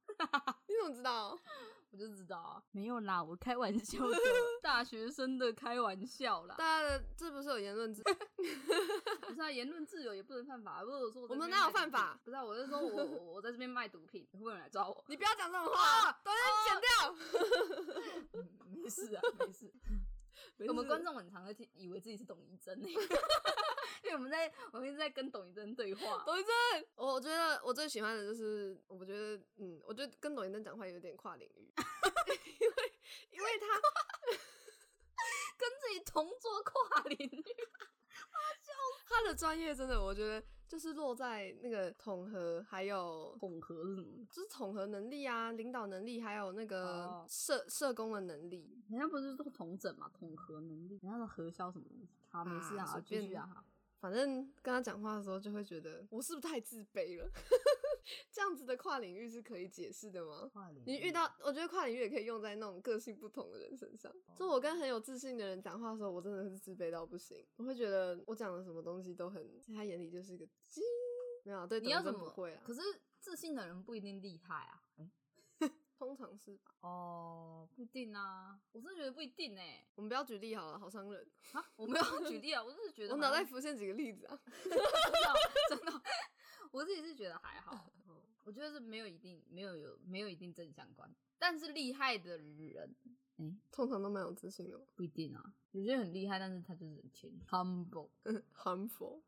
B: 你怎么知道？
A: 我就知道啊，没有啦，我开玩笑的， <laughs> 大学生的开玩笑啦
B: 大。家的这不是有言论自
A: 不是啊，言论自由也不能犯法。如果说
B: 我们
A: 哪
B: 哪有犯法？
A: 不是啊，我是说我我我在这边卖毒品，会不会有人来抓我？
B: <laughs> 你不要讲这种话，
A: 啊
B: 都要剪掉。
A: <laughs> 嗯没事啊，没事。 <laughs> 我
B: 我
A: 们
B: 们
A: 观
B: 观
A: 众
B: 众
A: 很常会听以为自己是董一真呢、 <laughs> 因为我们在我们一直在跟董一真 <laughs> 对话。
B: 董一真，我我觉得我最喜欢的就是，我觉得，嗯，我觉得跟董一真讲话有点跨领
A: <laughs>
B: 域，因为因为他
A: 跟自己同桌跨领 <laughs> 域，
B: 他的专业真的，我觉得就是落在那个统合，还有
A: 混合是什么？
B: 就是统合能力啊，领导能力，还有那个
A: 哦
B: 社、社工的能力。
A: 人家不是说同整嘛，统合能力，人家说核销什么东西？好，没事
B: 啊
A: 啊，
B: 随
A: 继续
B: 便
A: 啊。
B: 反正跟他讲话的时候，就会觉得我是不是太自卑了？ <laughs> 这样子的跨领域是可以解释的吗？
A: 跨领域
B: 你遇到，我觉得跨领域也可以用在那种个性不同的人身上。就
A: 哦
B: 我跟很有自信的人讲话的时候，我真的是自卑到不行，我会觉得我讲的什么东西都很，在他眼里就是一个鸡。没有啊，对，
A: 你要
B: 怎
A: 怎
B: 么
A: 么
B: 不会啊？
A: 可是自信的人不一定厉害啊。嗯
B: 通常是吧？
A: 哦，不一定啊，我真的觉得不一定哎、
B: 我们不要举例好了，好伤人。
A: 啊，
B: <laughs>
A: 我没有举例啊，我只是觉得
B: 我
A: 好像
B: 脑袋浮现几个例子啊， <laughs>
A: 真的，我自己是觉得还好，
B: 嗯
A: 我觉得是没有一定，没有有没有一定正相关，但是厉害的人，哎、
B: 通常都蛮有自信的。
A: 不一定啊，有些人很厉害，但是他就是很谦虚 humble，
B: <laughs>
A: <laughs>
B: harmful。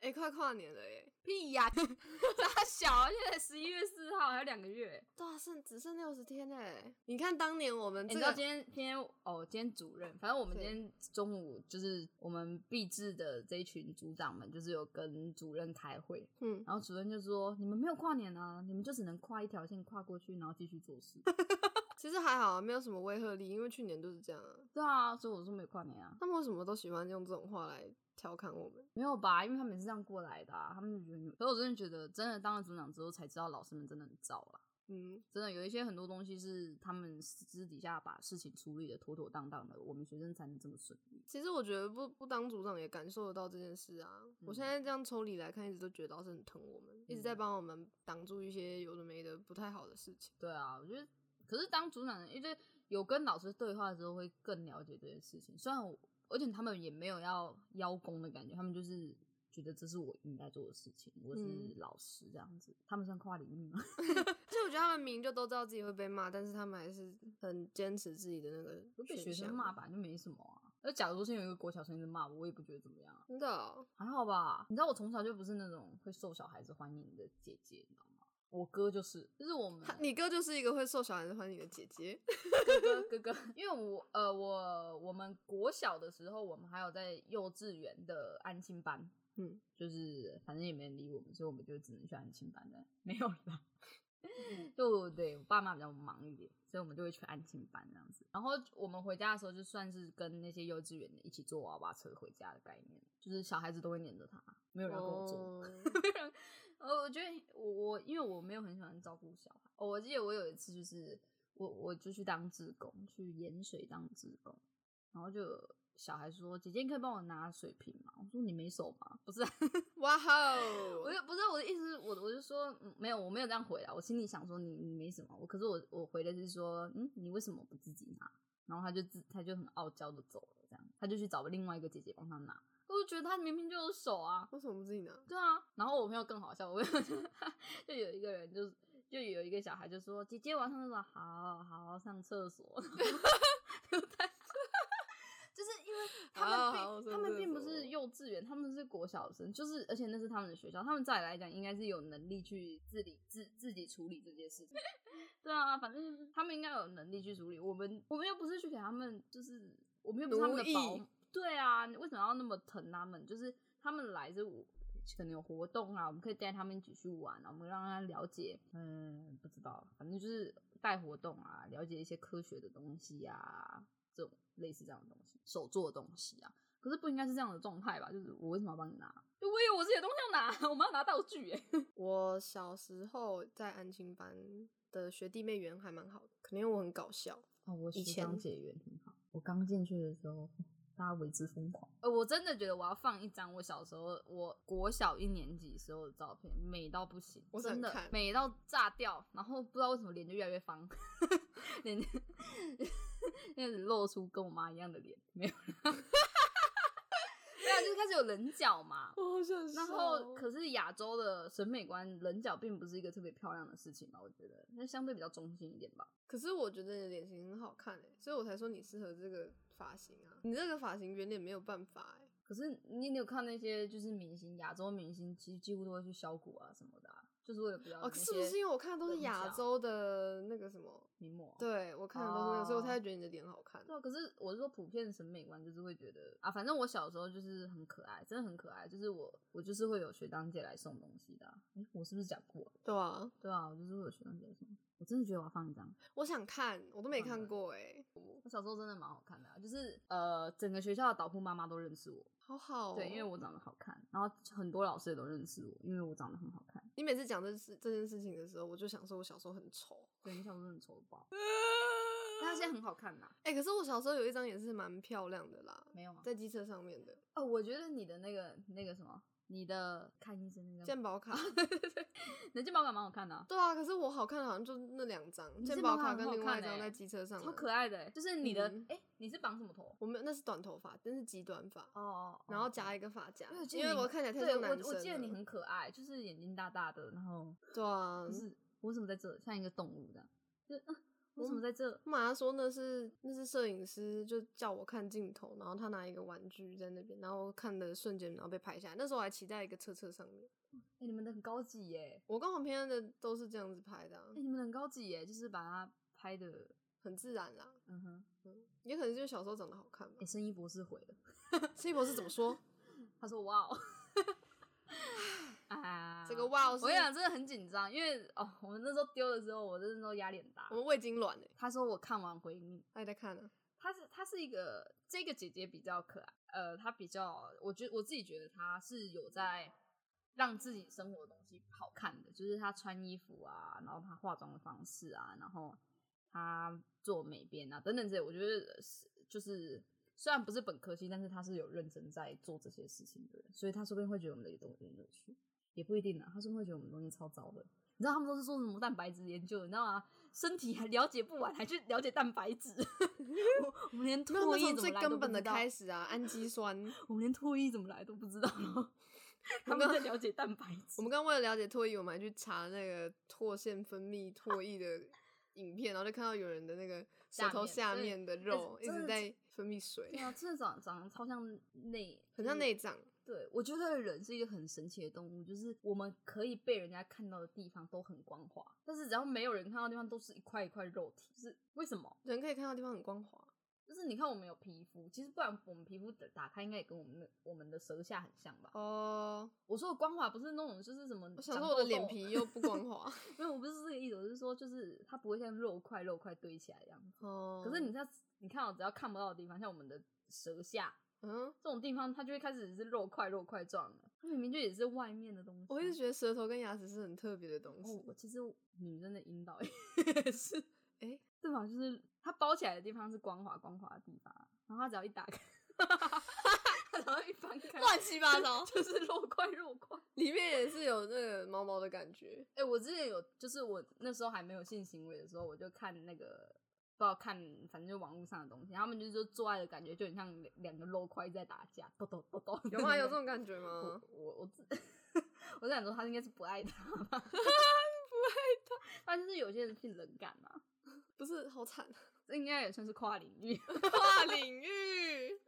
B: 哎、快跨年了耶！
A: 屁 <laughs> 呀、他小啊，现在十一月四号还有两个月、
B: 对啊，剩只剩六十天哎！你看当年我们
A: 欸
B: 这
A: 你知道
B: 个
A: 今天今天哦，今天主任，反正我们今
B: 对
A: 天中午就是我们毕制的这一群组长们，就是有跟主任开会，
B: 嗯，
A: 然后主任就说：“你们没有跨年啊，你们就只能跨一条线跨过去，然后继续做事。 <laughs>
B: 其实还好啊，没有什么威慑力，因为去年就是这样啊”。
A: 对啊，所以我说没有跨年啊，
B: 他们为什么都喜欢用这种话来调侃我们？
A: 没有吧？因为他们也是这样过来的、啊，他们就觉得你。可是我真的觉得，真的当了组长之后才知道，老师们真的很糟啦。
B: 嗯，
A: 真的有一些很多东西是他们私底下把事情处理的妥妥当当的，我们学生才能这么顺利。
B: 其实我觉得不不当组长也感受得到这件事啊。我现
A: 嗯
B: 在这样抽离来看，一直都觉得老师很疼我们，一直在
A: 嗯
B: 帮我们挡住一些有的没的不太好的事情。
A: 对啊，我觉得，可是当组长，因为有跟老师对话之后，会更了解这件事情。虽然我，而且他们也没有要邀功的感觉，他们就是觉得这是我应该做的事情，我是
B: 嗯
A: 老师这样子。他们算跨领域吗？ <laughs>
B: 而且我觉得他们明明就都知道自己会被骂，但是他们还是很坚持自己的那个
A: 被
B: 选
A: 学生
B: 项
A: 骂吧，就没什么啊。那假如说现在有一个国小生一直骂我，我也不觉得怎么样啊，
B: 真的哦、
A: 还好吧。你知道我从小就不是那种会受小孩子欢迎的姐姐，你知道吗？我哥就是，就是我们
B: 他 <laughs> 你哥就是一个会受小孩子欢迎的姐姐，
A: 哥 <laughs> 哥哥哥，因为我呃我我们国小的时候，我们还有在幼稚园的安亲班，
B: 嗯，
A: 就是反正也没人理我们，所以我们就只能去安亲班的，没有啦。就对我爸妈比较忙一点，所以我们就会去安亲班这样子。然后我们回家的时候，就算是跟那些幼稚园的一起坐娃娃车回家的概念，就是小孩子都会黏着他，没有人要跟我坐。
B: 哦
A: 呃，我觉得我我因为我没有很喜欢照顾小孩、哦，我记得我有一次就是我我就去当志工，去盐水当志工，然后就有小孩说：“姐姐，你可以帮我拿水瓶吗？”我说：“你没手吗？”不是啊、
B: 哇哦吼！
A: 我就不是我的意思是，我我就说、嗯、没有，我没有这样回答。我心里想说你你没什么，我可是我我回的是说，嗯，你为什么不自己拿？然后他就自他就很傲娇的走了，这样他就去找另外一个姐姐帮他拿。我就觉得他明明就有手啊，
B: 为什么不自己拿？
A: 对啊，然后我朋友更好笑，我朋友就 <laughs> 就有一个人就就有一个小孩就说：“姐姐，我要上厕所，好好上厕所。” <laughs> 就是因为他们
B: 好
A: 并、
B: 啊好上
A: 他们
B: 厕
A: 并不
B: 所
A: 是幼稚园，他们是国小生，就是而且那是他们的学校，他们再来讲应该是有能力去自理自自己处理这件事情。 <laughs> 对啊，反正他们应该有能力去处理，我们我们又不是去给他们，就是我们又不是他们
B: 奴
A: 的
B: 役
A: 保姆对啊，你为什么要那么疼他们？就是他们来是我可能有活动啊，我们可以带他们一起去玩啊，我们让他了解，嗯，不知道，反正就是带活动啊，了解一些科学的东西啊，这种类似这样的东西，手做的东西啊。可是不应该是这样的状态吧？就是我为什么要帮你拿？就我有我自己的东西要拿， <laughs> 我们要拿道具哎、
B: 我小时候在安亲班的学弟妹缘还蛮好的，可能因为我很搞笑。
A: 哦，我学
B: 以前
A: 长姐缘很好。我刚进去的时候，大家为之疯狂。呃，我真的觉得我要放一张我小时候，我国小一年级时候的照片，美到不行，
B: 我想
A: 真的
B: 看
A: 美到炸掉。然后不知道为什么脸就越来越方， <laughs> 脸就 <laughs> 开始露出跟我妈一样的脸，没有啦。对啊，就是开始有棱角嘛。
B: 我好哦想
A: 然后，可是亚洲的审美观，棱角并不是一个特别漂亮的事情吧？我觉得，那相对比较中性一点吧。
B: 可是我觉得你的脸型很好看哎、所以我才说你适合这个发型啊。你这个发型圆脸没有办法哎、
A: 可是你你有看那些就是明星，亚洲明星其实几乎都会去削骨啊什么的、啊，就是为了不要
B: 哦，是不是因为我看的都是亚洲的那个什么？
A: 名模？
B: 对，我看的都是那个，所以我
A: 哦
B: 才会觉得你的脸好看。
A: 对啊，可是我是说普遍审美观就是会觉得啊，反正我小时候就是很可爱，真的很可爱，就是我我就是会有学长姐来送东西的、啊。诶、我是不是讲过啊？
B: 对啊，
A: 对啊，我就是会有学长姐来送。我真的觉得我要放一张，
B: 我想看，我都没
A: 放
B: 看
A: 着
B: 过哎、
A: 我小时候真的蛮好看的、啊，就是呃，整个学校的导护妈妈都认识我，
B: 好好、哦。
A: 对，因为我长得好看，然后很多老师也都认识我，因为我长得很好看。
B: 你每
A: <laughs>
B: 次讲这事这件事情的时候，我就想说，我小时候很丑。
A: 对，你小时候很丑吧？但它现在很好看呐、
B: 哎、可是我小时候有一张也是蛮漂亮的啦，
A: 没有吗？
B: 在机车上面的
A: 哦，我觉得你的那个那个什么，你的看医生那个，
B: 鉴宝卡。 <laughs>
A: 你的健保卡蛮好看的、啊。
B: 对啊，可是我好看的好像就那两张，
A: 你
B: 鉴
A: 健保
B: 宝
A: 卡
B: 卡
A: 很
B: 跟
A: 好
B: 另外
A: 看
B: 一张
A: 欸
B: 在机车上的。
A: 超可爱的欸、就是你的哎、
B: 嗯
A: 诶你是绑什么头？
B: 我们那是短头发，但是极短发，
A: 哦哦，
B: 然后
A: 夹。
B: 夹一个发夹
A: 因为我，记得
B: 因为
A: 你
B: 我
A: 很
B: 看起来太
A: 对
B: 像
A: 我
B: 男生
A: 我记得你
B: 了
A: 很可爱，就是眼睛大大的，然后
B: 对啊
A: 就，是我怎么在这像一个动物这样，就、啊、我
B: 嗯
A: 怎么在这？
B: 我妈说那是那是摄影师，就叫我看镜头，然后他拿一个玩具在那边，然后看的瞬间，然后被拍下来。那时候我还骑在一个车车上面，
A: 哎、你们的很高级耶、
B: 我跟黄平安的都是这样子拍的啊、
A: 哎、你们的很高级耶、就是把它拍的，
B: 很自然啦。
A: 嗯哼，
B: 嗯，也可能就是小时候长得好看
A: 哎、
B: 吧。
A: 生意博士毁了，
B: C 博士怎么说？
A: 他说哇哦， <laughs> 啊，
B: 这个哇哦是
A: 我跟你讲，真的很紧张，因为哦，我们那时候丢的时候，我真的那时候压力很大
B: 我。们胃痉挛哎，
A: 他说我看完回你，
B: 爱在看 <laughs> 啊。
A: 她是她是一个这个姐姐比较可爱，呃，她比较，我觉我自己觉得她是有在让自己生活的东西好看的，就是她穿衣服啊，然后她化妆的方式啊，然后她做美编啊等等这些，我觉得是就是虽然不是本科系，但是她是有认真在做这些事情的人，所以她说不定会觉得我们的东西很有趣，也不一定啊，她说不定会觉得我们的东西超糟的。你知道他们都是做什么蛋白质研究，你知道吗？身体还了解不完，还去了解蛋白质。我我们连
B: 没有
A: 唾
B: 那
A: 液
B: 从
A: 怎
B: 最
A: 么来都
B: 根
A: 不
B: 本的
A: 知道，
B: 开始啊，氨
A: <laughs>
B: 基酸。
A: 我们连唾液怎么来都不知道。然后他们
B: 刚
A: 在了解蛋白
B: 嗯我
A: 质。
B: 们刚刚为了了解唾液，我们还去查那个唾腺分
A: <laughs>
B: 泌唾液的影片，然后就看到有人的那个舌头
A: 下
B: 下
A: 面
B: 面的肉
A: 对
B: 一
A: 哎真的
B: 直在分泌
A: 对
B: 水，
A: 啊，真的长长得超像内，
B: 很像
A: 就是
B: 内脏。
A: 对，我觉得人是一个很神奇的动物，就是我们可以被人家看到的地方都很光滑，但是只要没有人看到的地方，都是一块一块肉体。就是为什么？
B: 人可以看到的地方很光滑，
A: 就是你看我们有皮肤，其实不然我们皮肤打打开应该也跟我们的我们的舌下很像吧？
B: 哦，
A: 我说的光滑不是那种就是什么，
B: 我想说我的脸皮又不
A: <laughs>
B: 光，滑，
A: 没有，我不是这个意思，我是说就是它不会像肉块肉块堆起来的样子。
B: 哦，
A: 可是你，在你看哦我只要看不到的地方，像我们的舌下
B: 嗯，
A: 这种地方，它就会开始是肉块肉块状的，它明明就也是外面的东西啊。
B: 我一直觉得舌头跟牙齿是很特别的东
A: 哦
B: 西，，
A: 我其实女生的阴道 <laughs> 也是，哎、
B: 诶
A: 对吧？就是它包起来的地方是光滑光滑的地方啊，然后它只要一打开， <laughs> 然后一翻开，，
B: 乱七八糟
A: <laughs> 就是肉块肉块。
B: 里面也是有那个毛毛的感觉，
A: 哎、我之前有，就是我那时候还没有性行为的时候，我就看那个不知道看，反正就网络上的东西，他们就是说做爱的感觉就很像两两个肉块在打架，抖抖抖抖。
B: 有吗？有这种感觉吗
A: 我？我我自 <laughs> 我在想说，他应该是不爱他
B: <laughs>
A: 吧？不爱 <laughs> 他，他就是有些人性冷感嘛，
B: 不是，好惨，
A: 这应该也算是跨领域。
B: <laughs>
A: <laughs>
B: 跨领域。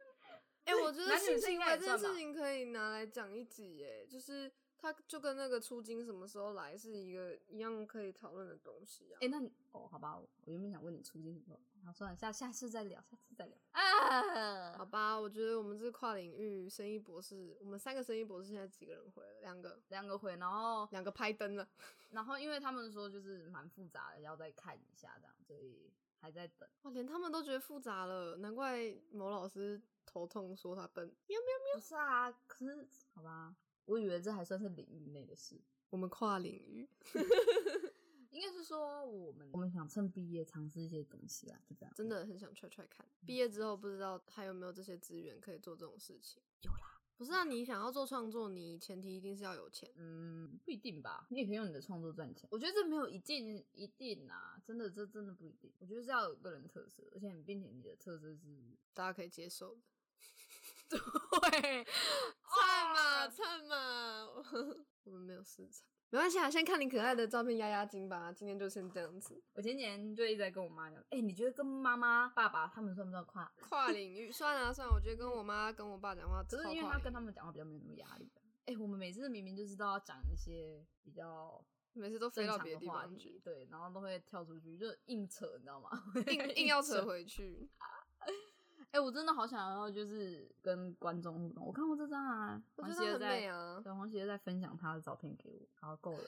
B: 哎、我觉得
A: 男女
B: 性
A: 生
B: 行
A: 应该
B: 为
A: 也
B: 这件
A: 算吧
B: 事情可以拿来讲一集耶，就是它就跟那个出经什么时候来是一个一样可以讨论的东西啊。
A: 哎、那你哦，好吧，我我原本想问你出镜什么时候，好，算了，下下次再聊，下次再聊啊。
B: 好吧，我觉得我们这跨领域生意博士，我们三个生意博士现在几个人回了？两个，
A: <laughs> 两个回，然后
B: 两个拍灯了。
A: 然后因为他们说就是蛮复杂的，要再看一下这样，所以还在等。
B: 哇，连他们都觉得复杂了，难怪某老师头痛说他笨。喵喵，
A: 不是啊，可是好吧，我以为这还算是领域内的事，
B: 我们跨领域，
A: 应该是说我们我们想趁毕业尝试一些东西啊，就这样。
B: 真的很想 try try 看。毕业之后不知道还有没有这些资源可以做这种事情。
A: 有啦，
B: 不是啊，你想要做创作，你前提一定是要有钱。
A: 嗯，不一定吧，你也可以用你的创作赚钱。我觉得这没有一定一定啊，真的这真的不一定。我觉得是要有个人特色，而且并且你的特色
B: <laughs>
A: 是
B: 大家可以接受的。对，灿嘛灿嘛， <laughs> 我们没有市场，没关系啊，先看你可爱的照片压压惊吧。今天就先这样子，
A: 我前几天就一直在跟我妈讲，哎、你觉得跟妈妈、爸爸他们算不算跨？
B: <laughs> 跨领域，算了、算了，我觉得跟我妈跟我爸讲话，
A: 可
B: 超
A: 是因为
B: 跨
A: 他
B: 领
A: 跟他
B: 域
A: 们讲话比较没有那么压力的。哎、我们每次明明就是都要讲一些比较
B: 每次都飞
A: 正
B: 到
A: 常
B: 别
A: 的
B: 的地
A: 话
B: 方
A: 题
B: 去，，
A: 对，然后都会跳出去，就硬扯，你知道吗？ <laughs>
B: <laughs> 硬硬要扯。回去。
A: 哎、我真的好想要就是跟观众互动。我看过这张啊，
B: 我
A: 黄
B: 觉得
A: 喜儿
B: 很
A: 在
B: 美啊
A: 对，黄喜儿在分享她的照片给我，好够了。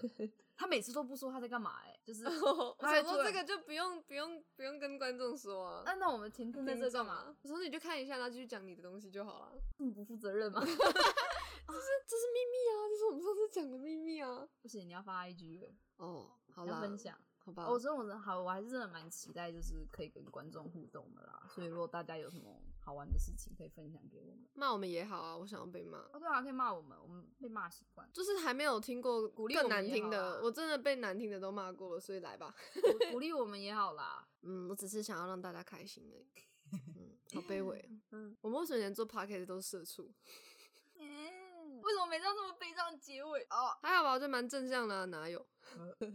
A: 她每次都不说她在干嘛、哎，
B: <laughs>
A: 就是。
B: <laughs> 我
A: 哎
B: 想说
A: 对
B: 这个就不用不用不用跟观众说啊
A: 那、，那我们停顿在
B: 听
A: 这干
B: 众
A: 嘛？
B: 啊？我说你就看一下，然后继续讲你的东西就好了。
A: 这么不负责任吗？ <laughs>
B: 这是 <laughs> 这是秘密啊，这是我们上次讲的秘密啊。
A: 不行，你要发 IG 了，
B: 哦，好
A: 要
B: 啦，
A: 分享。
B: 好吧，
A: 哦，所以我真的好，我还是真的蛮期待，就是可以跟观众互动的啦。所以如果大家有什么好玩的事情可以分享给我们，
B: 骂我们也好啊，我想要被骂。。
A: 哦，对啊，可以骂我们，我们被骂习惯
B: <laughs> 就是还没有听过
A: 鼓励我
B: 更
A: 们
B: 难
A: 也
B: 听
A: 好
B: 的
A: 啊，
B: 我真的被难听的都骂过了，所以来吧。
A: 鼓鼓励我们也好啦，
B: 嗯，我只是想要让大家开心 <laughs> 而已。嗯，好卑微哦。
A: 嗯
B: <laughs> 我们为什么连做 p o c a s t 都是社畜？
A: 嗯，为什么每次都这么悲伤结尾
B: <laughs>
A: 啊？
B: 还好吧，我觉得蛮正向的、啊，哪有？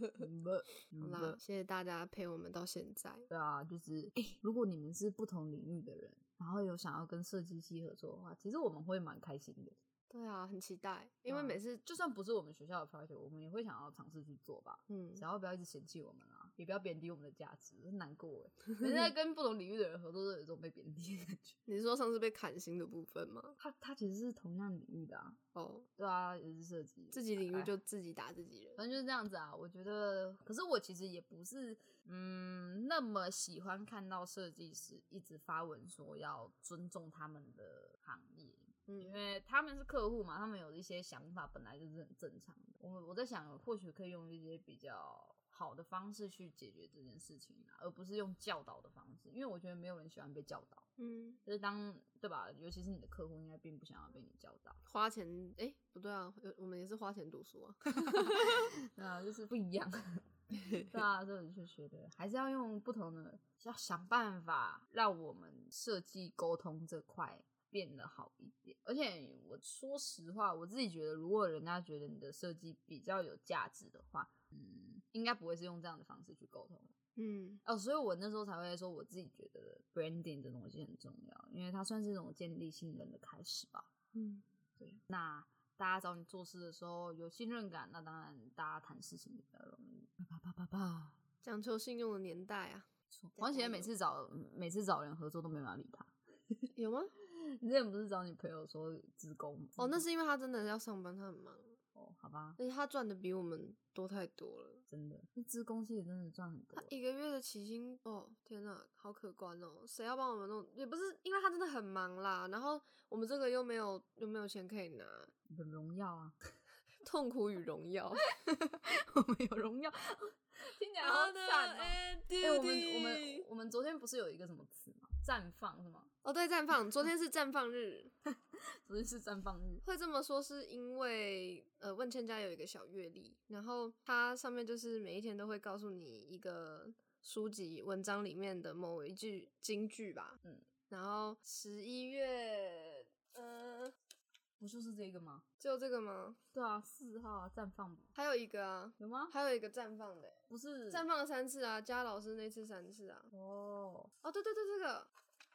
B: 好
A: 好
B: 啦，谢谢大家陪我们到现在。
A: 对啊，就是哎、欸如果你们是不同领域的人，然后有想要跟设计系合作的话，其实我们会蛮开心的。
B: 对啊，很期待，因为
A: 嗯
B: 每次
A: 就算不是我们学校的 project，我们也会想要尝试去做吧。
B: 嗯
A: 只，要不要一直嫌弃我们啊，也不要贬低我们的价值，很难 <laughs> 过哎。人家跟不同领域的人合作，都有一种被贬低的感觉。
B: 你是说上次被砍薪的部分吗？
A: <laughs> 他他其实是同样领域的啊，
B: 哦，
A: 对啊，也是设计，
B: 自己领域
A: 哎
B: 就自己打自己人。
A: 反正就是这样子啊。我觉得，可是我其实也不是嗯那么喜欢看到设计师一直发文说要尊重他们的行业，因
B: 嗯，
A: 为他们是客户嘛，他们有一些想法本来就是很正常的。我我在想，或许可以用一些比较好的方式去解决这件事情啊，而不是用教导的方式，因为我觉得没有人喜欢被教导，
B: 嗯，
A: 就是当对吧？尤其是你的客户，应该并不想要被你教导，
B: 花钱哎、不对啊，呃我们也是花钱读书啊。 <laughs>
A: 对啊，就是不一样。 <laughs> 对啊，所以我就觉得还是要用不同的，要想办法让我们设计沟通这块变得好一点。而且我说实话，我自己觉得，如果人家觉得你的设计比较有价值的话，嗯，应该不会是用这样的方式去沟通。
B: 嗯，
A: 哦，所以我那时候才会说，我自己觉得 branding 这东西很重要，因为它算是一种建立信任的开始吧。
B: 嗯，
A: 大家找你做事的时候有信任感，那当然大家谈事情就比较容易。啪啪啪啪啪。
B: 讲求信用的年代啊，
A: 黄喜每次找嗯每次找人合作都没办法理他。
B: <laughs>
A: <laughs>
B: 有吗？
A: 你之前不是找你朋友说职工？
B: 哦，那是因为他真的要上班，他很忙，
A: 哦，好吧，
B: 而且他赚的比我们多太多了。
A: 真的，那职工其实真的赚很多
B: 他。一个月的起薪哦，天呐，好可观哦！谁要帮我们弄？也不是，因为他真的很忙啦。然后我们这个又没有又没有钱可以拿，
A: 你的荣耀
B: <laughs>
A: 啊， <laughs>
B: 痛苦与荣 <laughs> 耀。
A: 我们有荣耀，听起来好惨哦。
B: 哎、
A: 哎、
B: 对
A: 我们我们我们昨天不是有一个什么词吗？绽放是吗？
B: 哦，对，绽放，昨天是绽放日。
A: 昨天是绽放日。
B: 会这么说是因为呃，问千家有一个小月历，然后它上面就是每一天都会告诉你一个书籍文章里面的某一句金句吧，
A: 嗯，
B: 然后十一月，呃，
A: 不就是这个吗？
B: 就这个吗？
A: 对啊，四号啊，绽放
B: 还有一个啊，
A: 有吗？
B: 还有一个绽放的欸，
A: 不是
B: 绽放了三次啊，加老师那次三次啊，
A: 哦，
B: 哦，对对对，这个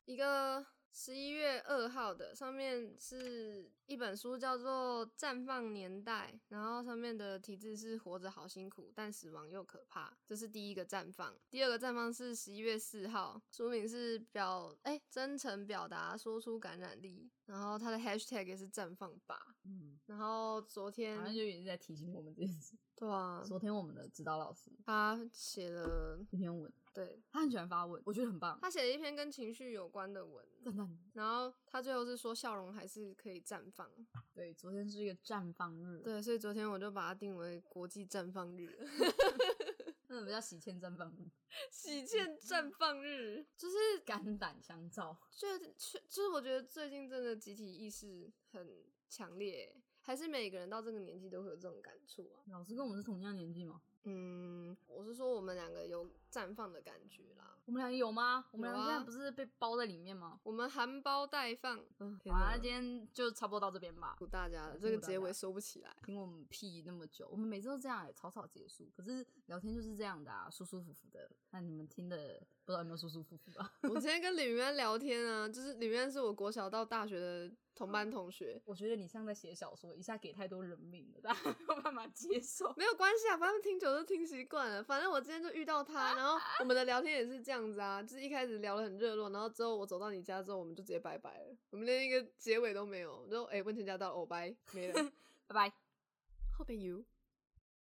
B: 一个十一月二号的，上面是一本书叫做《绽放年代》，然后上面的题字是“活着好辛苦，但死亡又可怕”，这是第一个绽放。第二个绽放是十一月四号，书名是表哎真诚表达，说出感染力，然后它的 hashtag 也是绽放吧。
A: 嗯，
B: 然后昨天
A: 反正就一直在提醒我们这件事。
B: 对啊，
A: 昨天我们的指导老师
B: 他写了
A: 这篇文，
B: 对
A: 他很喜欢发问，我觉得很棒。
B: 他写了一篇跟情绪有关的文。
A: 赞赞。
B: 然后他最后是说笑容还是可以绽放，
A: 对，昨天是一个绽放日，，
B: 对，所以昨天我就把它定为国际绽放日，
A: 那种叫喜庆绽放日，
B: <laughs> 喜见绽放日，就是
A: 肝胆相照。
B: 确确，就是我觉得最近真的集体意识很强烈，欸还是每个人到这个年纪都会有这种感触啊。
A: 老师跟我们是同样年纪吗？
B: 嗯，我是说我们两个有绽放的感觉啦，
A: 我们俩有吗？我们
B: 有
A: 俩现在
B: 啊
A: 不是被包在里面吗？
B: 我们含苞待放。嗯，
A: 好啊，那
B: 天
A: 今天就差不多到这边吧。
B: 祝大家了，
A: 辛
B: 这个
A: 苦大
B: 结
A: 家
B: 尾收不起来。 <laughs>
A: 听我们屁那么久，我们每次都这样、欸，草草结束。可是聊天就是这样的啊，舒舒服服的。那你们听的不知道有没有舒舒服服啊吧？
B: 我今天跟李云安聊天啊，就是李云安是我国小到大学的同班同学，
A: <laughs> 我觉得你像在写小说，一下给太多人命了，大家 <laughs> 没有办法接受。
B: 没有关系啊，反正听久就听习惯了。反正我今天就遇到他，然后我们的聊天也是这样子啊，就是一开始聊得很热络，然后之后我走到你家之后，我们就直接拜拜了，我们连一个结尾都没有，就哎、问全家到了，哦拜没了
A: 拜拜。
B: ，Hope you。